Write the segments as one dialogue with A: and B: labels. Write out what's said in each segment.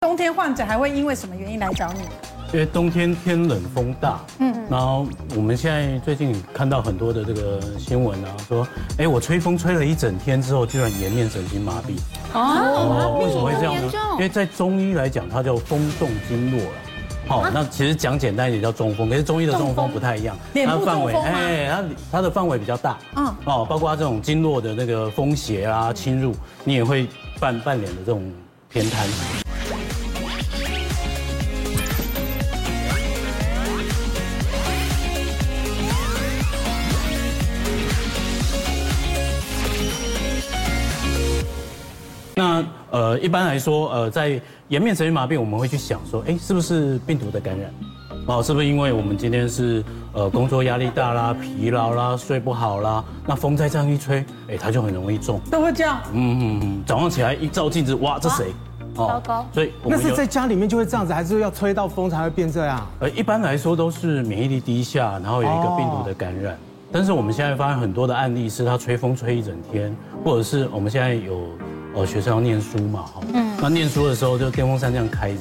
A: 冬天患者还会因为什么原因来找你？
B: 因为冬天天冷风大，嗯，然后我们现在最近看到很多的这个新闻啊，说，哎，我吹风吹了一整天之后，居然颜面神经麻痹。哦，为什么会这样呢？因为在中医来讲，它叫风动经络了。啊
A: 啊
B: 好、那其实讲简单一点叫中风，可是中医的中风不太一样，
A: 脸部
B: 它的范围
A: 中风吗
B: 哎，它它的范围比较大，
A: 嗯
B: 嗯，哦，包括它这种经络的那个风邪啊侵入，你也会半半脸的这种偏瘫。那呃，一般来说，呃，在颜面神经麻痹，我们会去想说，哎，是不是病毒的感染？哦，是不是因为我们今天是呃工作压力大啦、疲劳啦、睡不好啦，那风再这样一吹，哎，它就很容易中。
A: 都会这样，
B: 嗯嗯嗯，早上起来一照镜子，哇，这谁？哦，
C: 糟糕
B: 所以我
D: 那
B: 们
D: 是
B: 有
D: 在家里面就会这样子，还是要吹到风才会变这样？
B: 呃，一般来说都是免疫力低下，然后有一个病毒的感染。但是我们现在发现很多的案例是他吹风吹一整天，或者是我们现在有呃学生要念书嘛，哈，那念书的时候就电风扇这样开着，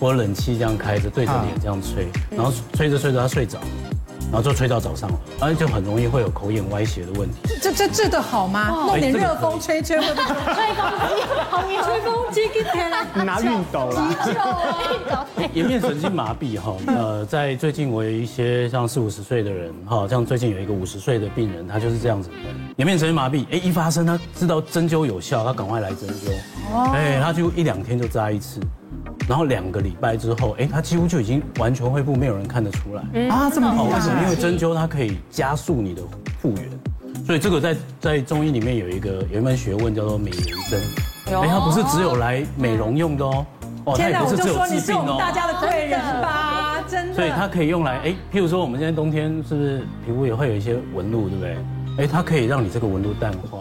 B: 或者冷气这样开着，对着脸这样吹，然后吹着吹着他睡着，然后就吹到早上了，然后就很容易会有口眼歪斜的问题。
A: 这这治得好吗？弄点
B: 哎这个
A: 热风吹吹会不会？
C: 吹风机，好呀，
A: 哎
C: 吹风机给 天
B: 哎
C: 了，
D: 你拿熨斗啦。
C: 哎
B: 颜面神经麻痹哈， 呃，在最近我有一些像四五十岁的人哈，像最近有一个五十岁的病人，他就是这样子，颜面神经麻痹，哎，一发生他知道针灸有效，他赶快来针灸，哎，他就一两天就扎一次，然后两个礼拜之后，哎，他几乎就已经完全恢复，没有人看得出来。
A: 嗯
D: 啊，这么厉
B: 哦，为什么？
D: 害！
B: 因为针灸它可以加速你的复原，所以这个在在中医里面有一个有一门学问叫做美容针，哎，它不是只有来美容用的哦，哦，它
A: 天
B: 也
A: 哪，
B: 不
A: 我
B: 是
A: 就
B: 只有
A: 说你
B: 治
A: 是
B: 病
A: 我们
B: 哦
A: 大。家的贵人吧，真
B: 所以它
A: 的。
B: 可以用来，哎，譬如说我们现在冬天是不是皮肤也会有一些纹路，对不对？哎，它可以让你这个纹路淡化，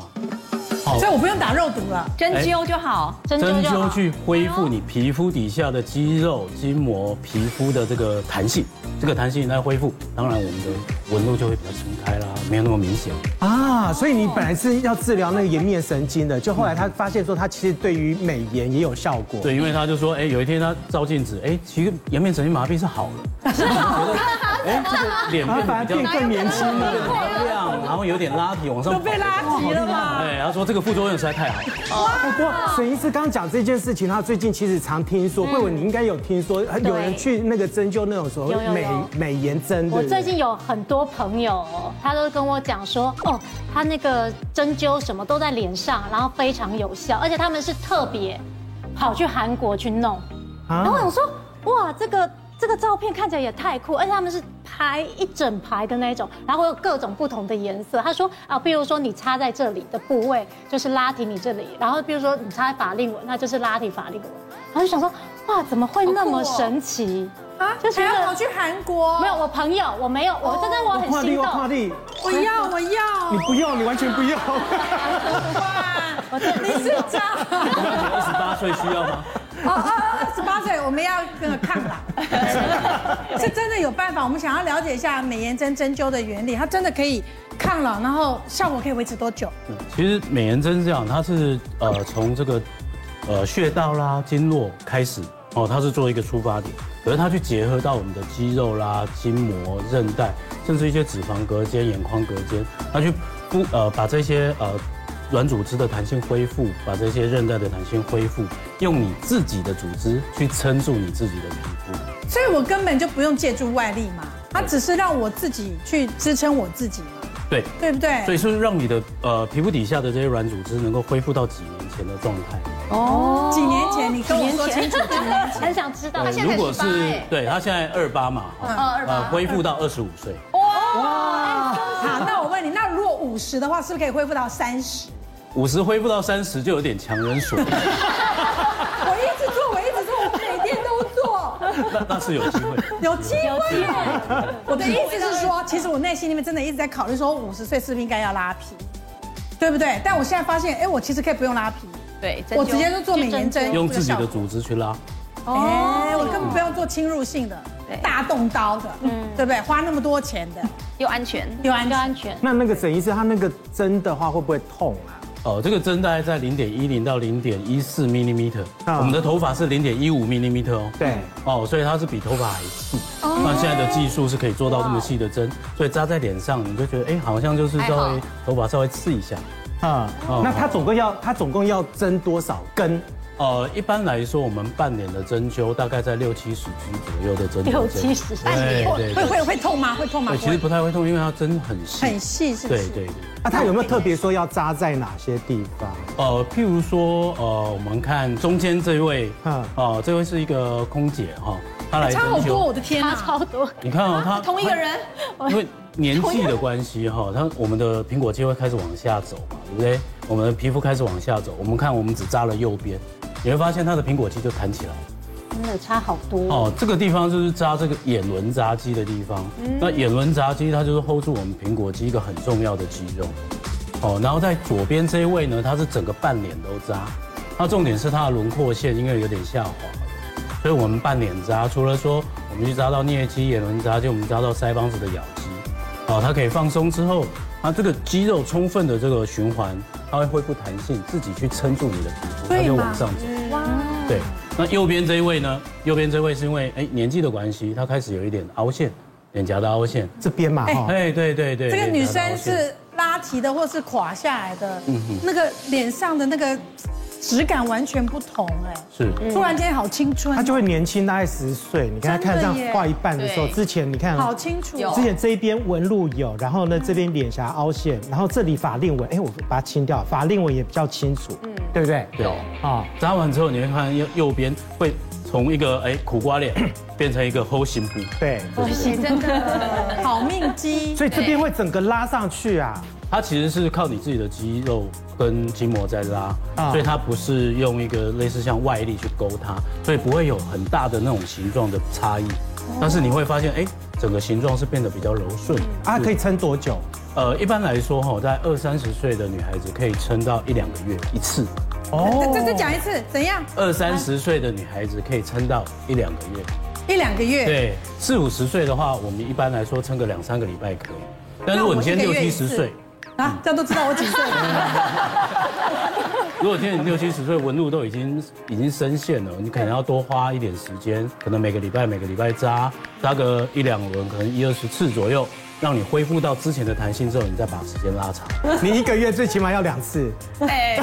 B: 好
A: 所以我不用打肉毒了，
C: 针灸就好，针
B: 针灸去恢复你皮肤底下的肌肉、筋膜、皮肤的这个弹性，这个弹性来恢复，当然我们的纹路就会比较轻开啦，没有那么明显。
D: 啊，所以你本来是要治疗那个颜面神经的，就后来他发现说，他其实对于美颜也有效果。
B: 对，因为他就说，哎，有一天他照镜子，哎，其实颜面神经麻痹是好 了，是好了，哎，这个脸
D: 然后
B: 变
D: 啊反而
B: 得比
D: 变
B: 较
D: 更年轻了。
B: 漂亮，然后有点拉皮往上
A: 都
B: 跑，
A: 被拉急了吧？
B: 哎，他说这个副作用实在太好了。
C: 啊
D: 哎不过沈医师刚刚讲这件事情，他最近其实常听
C: 嗯
D: 说，慧文你应该有听说，呃有人去那个针灸那种所
C: 有有
D: 谓
C: 有
D: 美美颜针，对
C: 我
D: 不
C: 最
D: 对？
C: 近有很多朋友哦，他都跟我讲说，哦，他那个针灸什么都在脸上，然后非常有效，而且他们是特别跑去韩国去弄。然后我
D: 啊
C: 想，说，哇，这个这个照片看起来也太酷，而且他们是排一整排的那一种，然后会有各种不同的颜色。他说啊，比如说你插在这里的部位就是拉提你这里，然后比如说你插在法令纹，那就是拉提法令纹。然后就想说，哇，怎么会那么神奇？
A: 啊，
C: 就
A: 还
C: 觉得
A: 要跑去韩国？
C: 没有，，我朋友我没有，我真的我很
D: 哦跨地
C: 心
D: 我
C: 动。
D: 跨地，
A: 我要，我
D: 你
A: 要。
D: 不用，你完全不用。
A: 哇，你是这样？
B: 二十八岁需要吗？
A: 哦，二二十八岁，我们要那个抗打，是真的有办法。我们想要了解一下美颜针针灸的原理，它真的可以抗老，然后效果可以维持多久？
B: 其实美颜针是这样，它是呃从这个呃穴道啦、经络开始哦，它是做一个出发点，可是它去结合到我们的肌肉啦、筋膜、韧带，甚至一些脂肪隔间、眼眶隔间，它去不呃把这些呃软组织的弹性恢复，把这些韧带的弹性恢复，用你自己的组织去撑住你自己的皮肤。
A: 所以我根本就不用借助外力嘛，它只是让我自己去支撑我自己嘛，
B: 对，
A: 对不
B: 所
A: 对？
B: 以是让你的呃皮肤底下的这些软组织能够恢复到几年前的状态。
C: 哦
A: 几年前你跟我说清 楚，几年前
C: 很想知道
B: 呃，
E: 现在
B: 如果
E: 18
B: 是
E: 哎
B: 对他现在二八嘛，哈呃
E: 嗯28哦
B: 恢复到二十五岁，
A: 好，那我问你，那如果五十的话，是不是可以恢复到三十？
B: 五十恢复到三十就有点强人 所难，
A: 我一直做，我一直做，我每天都做。
B: 那那是有机会。
A: 有机会。我的意思是说，其实我内心里面真的一直在考虑，说五十岁是不是应该要拉皮，对不对？但我现在发现，哎，我其实可以不用拉皮，
E: 对，
A: 我直接就做美颜针，
B: 用自己的组织去拉，
A: 哎，我根本不用做侵入性的
E: 对、
A: 大动刀的，对不对？花那么多钱的，
E: 又安全。
A: 又安
C: 比较
A: 全。
C: 安全。
D: 那那个沈医师，他那个针的话会不会痛啊？
B: 呃，这个针大概在零点一零到零点一四 m m
D: 啊
B: 我们的头发是零点一五 m m 哦。
D: 对，
B: 哦，所以它是比头发还细。
E: 哦
B: 那现在的技术是可以做到这么细的针，所以扎在脸上，你就觉得哎、好像就是
E: 还
B: 稍
E: 好
B: 微头发稍微刺一下。
D: 啊，
B: 哦
D: 那它总共要它总共要针多少根？
B: 呃，一般来说，我们半年的针灸大概在六七十支左右的针灸针。
C: 六七十
B: 对对
A: 会
B: 对
A: 会会痛吗？会痛吗
B: 对，？其实不太会痛，因为它针很细。
A: 很细，是不
B: 对
A: 是？
B: 对对。
D: 啊，它有没有特别说要扎在哪些地方？
B: 呃，譬如说，呃，我们看中间这位，
D: 嗯
B: 啊、这位是一个空姐哈、她来针
A: 差好多，
B: 灸。
A: 我的天
C: 差
A: 啊！
C: 超多。
B: 你看哦，她
E: 同一个人，
B: 因为年纪的关系哈，它我们的苹果肌会开始往下走嘛，对不对？我们的皮肤开始往下走，我们看我们只扎了右边，你会发现它的苹果肌就弹起来了。
C: 真的差好多
B: 哦，这个地方就是扎这个眼轮匝肌的地方。那眼轮匝肌它就是 hold 住我们苹果肌一个很重要的肌肉。哦，然后在左边这一位呢，它是整个半脸都扎。那重点是它的轮廓线因为有点下滑，所以我们半脸扎，除了说我们去扎到颞肌、眼轮匝肌，我们扎到腮帮子的咬肌。哦，它可以放松之后，它这个肌肉充分的这个循环，它会恢复弹性，自己去撑住你的皮肤，它
A: 对
B: 就
A: 嘛
B: 往上走。
A: 哇，
B: 对，那右边这一位呢？右边这位是因为哎年纪的关系，她开始有一点凹陷，脸颊的凹陷。
D: 这边嘛哈，
B: 哎，对对对，
A: 哦
B: 嗯
A: 这个女
B: 脸颊的凹
A: 生
B: 陷
A: 是拉提的，或是垮下来的，那个脸上的那个质感完全不同哎，
B: 是
A: 突然间好青春
D: 它，嗯就会年轻大概十岁。你看它看
A: 真
D: 这
A: 的
D: 样
A: 耶
D: 画一半的时候，
E: 对
D: 之前你看
A: 好清楚
E: 有
A: 哦。
D: 之前这一边纹路有，然后呢这边脸颊凹陷，然后这里法令纹，哎，我把它清掉，法令纹也比较清楚，嗯，对不对？
A: 哦
B: 对。
D: 啊，
B: 扎完之后，你会看右右边会从一个哎苦瓜脸变成一个齁心部，
D: 对。
E: 对真 的，
A: 好命肌，
D: 所以这边会整个拉上去啊，
B: 它其实是靠你自己的肌肉跟筋膜在拉，
D: 啊
B: 所以它不是用一个类似像外力去勾它，所以不会有很大的那种形状的差异。
A: 哦
B: 但是你会发现，哎，整个形状是变得比较柔顺。
A: 嗯
D: 啊，可以撑多久？
B: 呃，一般来说哈，在二三十岁的女孩子可以撑到一两个月一次，
A: 啊
D: 哦
A: 再再再讲一次，怎样？
B: 二三十岁的女孩子可以撑到一两个月。
A: 一两个月，
B: 对，四五十岁的话，我们一般来说撑个两三个礼拜可以。但如果你今天
A: 那
B: 六
A: 我一个月
B: 七
A: 一次
B: 十岁，
A: 啊，这样都知道我几岁了。
B: 如果今天你六七十岁，纹路都已经已经深陷了，你可能要多花一点时间，可能每个礼拜每个礼拜扎扎个一两轮，可能一二十次左右，让你恢复到之前的弹性之后，你再把时间拉长。
D: 你一个月最起码要两次，
E: 哎，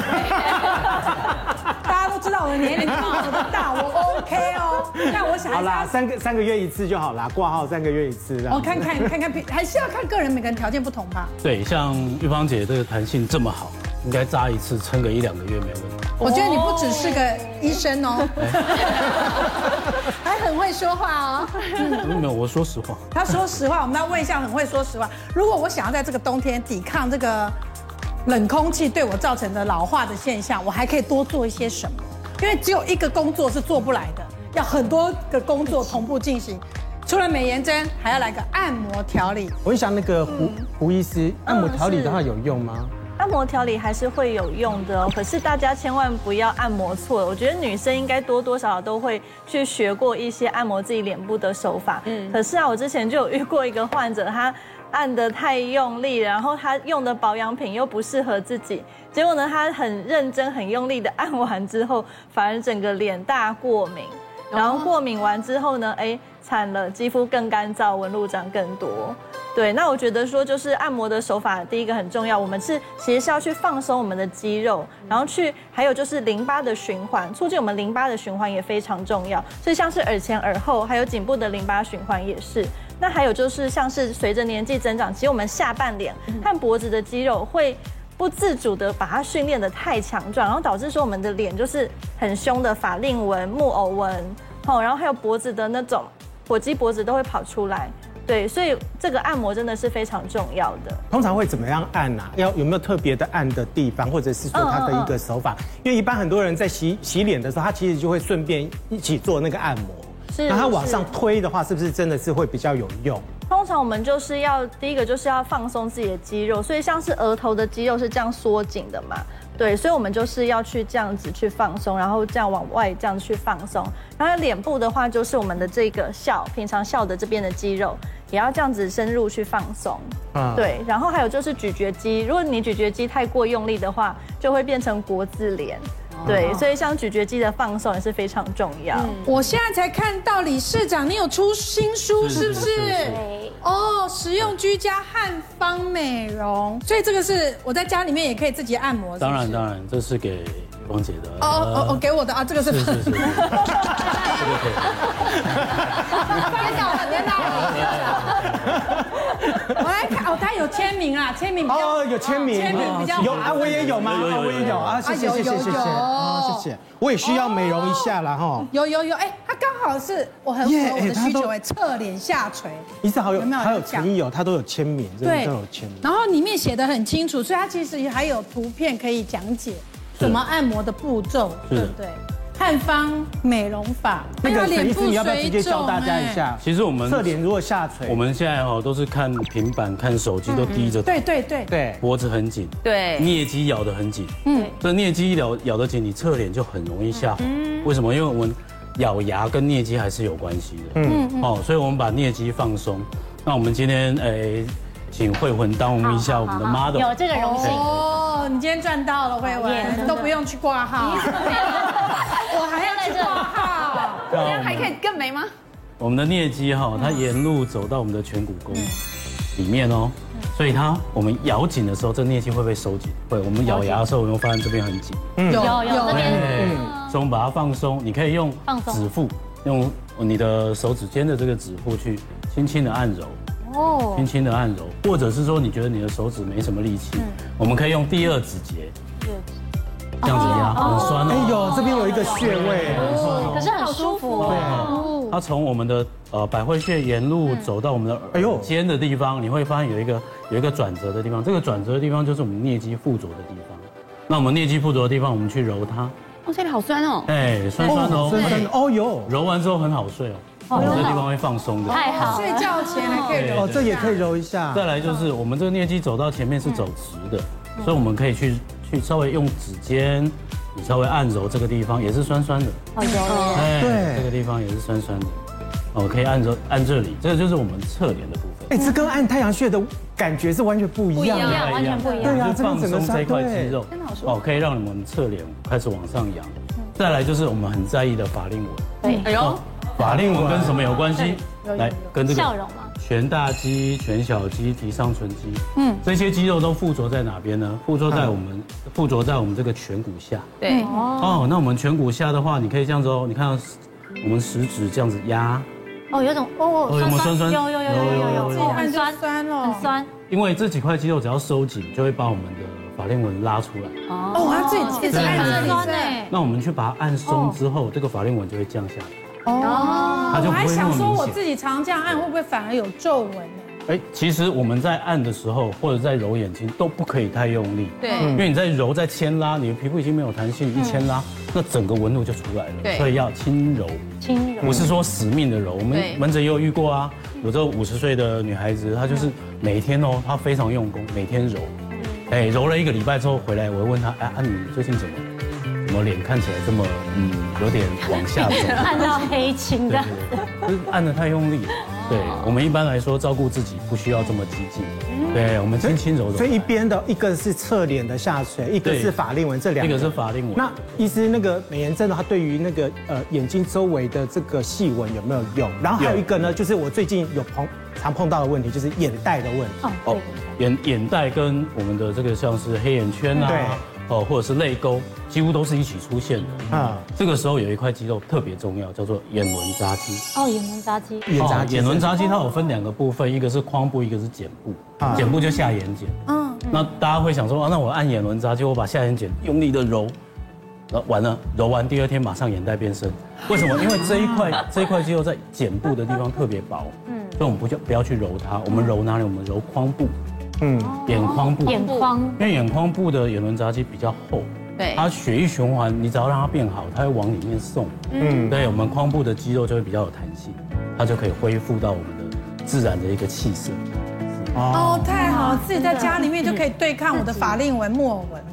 A: 大家都知道我的年龄，知道我的大， 我 OK 哦。但我想
D: 好啦，
A: 还是
D: 三个三个月一次就好啦，挂号三个月一次这
A: 要，我
D: 样。
A: 哦看看看看，还是要看个人，每个人条件不同吧。
B: 对，像玉芳姐这个弹性这么好，应该扎一次撑个一两个月没问题。
D: 哦
A: 我觉得你不只是个医生哦， 还很会说话哦。
B: 没有没有，我说实话，
A: 他说实话，我们要问一下，很会说实话。如果我想要在这个冬天抵抗这个冷空气对我造成的老化的现象，我还可以多做一些什么？因为只有一个工作是做不来的，要很多个工作同步进行。除了美颜针，还要来个按摩调理。
D: 我很想那个胡
E: 嗯
D: 胡医师，按摩调理的话有用吗？
F: 按摩调理还是会有用的哦，可是大家千万不要按摩错了。我觉得女生应该多多少少都会去学过一些按摩自己脸部的手法。嗯，可是啊，我之前就有遇过一个患者，他按的太用力，然后他用的保养品又不适合自己，结果呢，他很认真、很用力的按完之后，反而整个脸大过敏。然后过敏完之后呢，哎，惨了，肌肤更干燥，纹路长更多。对，那我觉得说就是按摩的手法，第一个很重要，我们是其实是要去放松我们的肌肉，然后去还有就是淋巴的循环，促进我们淋巴的循环也非常重要。所以像是耳前、耳后，还有颈部的淋巴循环也是。那还有就是像是随着年纪增长，其实我们下半脸和脖子的肌肉会。不自主的把它训练的太强壮，然后导致说我们的脸就是很凶的法令纹、木偶纹，哦，然后还有脖子的那种火鸡脖子都会跑出来。对，所以这个按摩真的是非常重要的。
D: 通常会怎么样按啊？要有没有特别的按的地方，或者是说
E: 嗯
D: 它的一个手法？因为一般很多人在洗洗脸的时候，他其实就会顺便一起做那个按摩。
F: 是
D: 然后他往
F: 是
D: 上推的话，是不是真的是会比较有用？
F: 通常我们就是要第一个就是要放松自己的肌肉，所以像是额头的肌肉是这样缩紧的嘛，对，所以我们就是要去这样子去放松，然后这样往外这样去放松。然后脸部的话，就是我们的这个笑，平常笑的这边的肌肉，也要这样子深入去放松。
D: 啊
F: 对，然后还有就是咀嚼肌，如果你咀嚼肌太过用力的话，就会变成国字脸。对，所以像咀嚼肌的放松也是非常重要。
E: 我现在才看到李市长，你有出新书
B: 是
E: 是不
B: 是
E: 是
B: 是是？
E: 哦，实用居家汉方美容，所以这个是我在家里面也可以自己按摩。是不是
B: 当然当然，这是给光姐的。
E: 哦哦哦，给我的啊，这个是
B: 是是是，这个可以。
E: 翻到了，翻到 我来看哦，他有签名啊，签名比较
D: 哦，有签名，
E: 签名比较
D: 有啊，我也有吗？
B: 有有有
D: 啊我也有啊，谢谢
E: 有
D: 谢谢
E: 有
D: 谢谢，
E: 有
D: 啊谢谢，我也需要美容一下啦哈。
E: 有有有，哎、他刚好是我很符
D: 耶
E: 合我
D: 哎
E: 的
D: 他
E: 需
D: 都
E: 求哎，侧脸下垂，
D: 一直好有
E: 有没有
D: 还有
E: 有讲
D: 陈毅有，他都有签名，真的都有签名。
E: 然后里面写的很清楚，所以它其实还有图片可以讲解
B: 是
E: 怎么按摩的步骤，
B: 是
E: 对不对？汉方美容法，
D: 那
E: 哎
D: 个
E: 呀
D: 陈医
E: 脸
D: 师，
E: 部
D: 你要不要直接
E: 水
D: 教
E: 肿
D: 大家一
E: 哎
D: 下？
B: 其实我们
D: 侧脸如果下垂，
B: 我们现在哦都是看平板、看手机，都低着头，
E: 对对对，
D: 对
B: 脖子很紧，
G: 对
B: 颞肌咬得很紧。
E: 嗯
B: 嗯，这颞肌咬咬得紧，你侧脸就很容易下滑。为什么？因为我们咬牙跟颞肌还是有关系的。嗯，哦，所以我们把颞肌放松。那我们今天诶，请慧魂当我们一下我们的 model。
C: 有这个荣幸。
E: 哦，你今天赚到了，慧
C: 耶真
E: 文，
C: 的
E: 都不用去挂号， 我还要去挂号。
B: 这样我们
G: 还可以更美吗？
B: 我们的颞肌哈，它沿路走到我们的颧骨沟里面哦，所以它我们咬紧的时候，这颞肌会不会收紧？会。我们咬牙的时候，有没有发现这边很紧？
C: 有有那边
B: 对，所以我们把它放哎松，你可以用
C: 放松
B: 指腹，用你的手指尖的这个指腹去轻轻的按揉，
C: 哦
B: 轻轻的按揉，或者是说你觉得你的手指没什么力气，我们可以用嗯第二指节，这样子压，很酸
D: 哎
B: 哦。
D: 呦，这边有一个穴位，
C: 可是很舒服哦。
B: 它从我们的呃百会穴沿路走到我们的
D: 哎呦
B: 耳尖的地方，你会发现有一个有一个转折的地方，这个转折的地方就是我们颞肌附着的地方。那我们颞肌附着的地方，我们去揉它，
G: 哦，这里好酸哦。
B: 哎，酸酸的
D: 哦
B: 哦，，
D: 真真的哦呦，
B: 揉完之后很好睡哦，这地方会放松的。
C: 太好了
E: 睡觉前还可以揉
D: 哦这也可以揉一下，
B: 再来就是我们这个颞肌走到前面是走直的，
C: 嗯
B: 所以我们可以去去稍微用指尖，你稍微按揉这个地方，也是酸酸的。
C: 好有
F: 嗯
B: 哎，
D: 对
B: 这个地方也是酸酸的。哦，可以按揉按这里，这个就是我们侧脸的部分。
D: 哎，这跟按太阳穴的感觉是完全不一样
G: 不一
D: 的
G: 样。
C: 完全不一样
D: 对
B: 我们
D: 啊
B: 就
D: 这边
B: 放
D: 整个
B: 松
D: 酸
B: 这块
D: 对
B: 肌肉，哦，可以让我们侧脸开始往上扬。
C: 嗯
B: 再来就是我们很在意的法令纹，哦
C: 哦
G: 哎呦，
B: 法令纹跟什么有关系？来，跟这个
C: 笑容嘛，
B: 全大肌、全小肌、提上唇肌，嗯，这些肌肉都附着在哪边呢？附着在我们、附着在我们这个颧骨下。
G: 对，
B: 哦，那我们颧骨下的话，你可以这样子哦，你看到我们食指这样子压，
C: 哦，有种哦
B: 哦有没有酸酸？
C: 有有有有有
E: 按
C: 有，哦很
E: 就
C: 酸
E: 酸哦了
C: 很。酸，
B: 因为这几块肌肉只要收紧，就会把我们的法令纹拉出来。
E: 哦，他自己其实
B: 对
E: 按这
C: 很
E: 里
C: 酸
E: 是。
C: 哎。
B: 那我们去把它按松之后，这个法令纹就会降下来。
E: 哦，
B: 它就
E: 我
B: 不会
E: 还想
B: 那么
E: 说
B: 明
E: 我
B: 显
E: 自己常这样按，会不会反而有皱纹啊呢？
B: 哎，其实我们在按的时候，或者在揉眼睛，都不可以太用力。
G: 对
B: 因为你在揉、在牵拉，你的皮肤已经没有弹性，一牵拉，那整个纹路就出来了。
G: 对
B: 所以要轻柔，
C: 轻柔
B: 不是说死命的揉。我们
G: 对
B: 门诊也有遇过啊，有这五十岁的女孩子，她就是每天哦，她非常用功，每天揉，哎，揉了一个礼拜之后回来，我会问她，哎，啊你最近怎么，怎么脸看起来这么嗯有点往下走？
C: 看到黑青的，
B: 就是按的太用力了。对我们一般来说照顾自己不需要这么激进，对我们轻轻柔柔。
D: 所以一边的一个是侧脸的下垂，一个
B: 对
D: 是法令纹，这两
B: 一
D: 个
B: 个是法令纹，
D: 那医师，那个美颜针的话，对于那个呃眼睛周围的这个细纹有没有用？然后还有一个呢，就是我最近有碰常碰到的问题，就是眼袋的问题。
B: 哦，眼眼袋跟我们的这个像是黑眼圈啊，哦，或者是泪沟，几乎都是一起出现
E: 哦
B: 的。
D: 啊
B: 啊，这个时候有一块肌肉特别重要，叫做眼轮匝肌。
C: 哦，眼轮匝肌，
D: 眼
B: 哦
D: 匝肌
B: 眼轮匝肌它有分两个部分，一个是眶部，一个是睑部。
D: 啊
B: 睑部就下眼睑。嗯，那大家会想说啊，那我按眼轮匝肌，我把下眼睑用力的揉，呃，完了，揉完第二天马上眼袋变深，为什么？因为这一 块这一块肌肉在睑部的地方特别薄，嗯，所以我们不就不要去揉它，我们揉哪里？我们揉眶部，
D: 嗯，
B: 哦眼眶部，
C: 眼眶，
B: 因为眼眶部的眼轮匝肌比较厚，
G: 对
B: 它血液循环，你只要让它变好，它会往里面送。嗯，对，我们眶部的肌肉就会比较有弹性，它就可以恢复到我们的自然的一个气色。
E: 哦
C: 嗯
E: 哦，太好，自己在家里面就可以对抗我的法令纹、木偶纹了。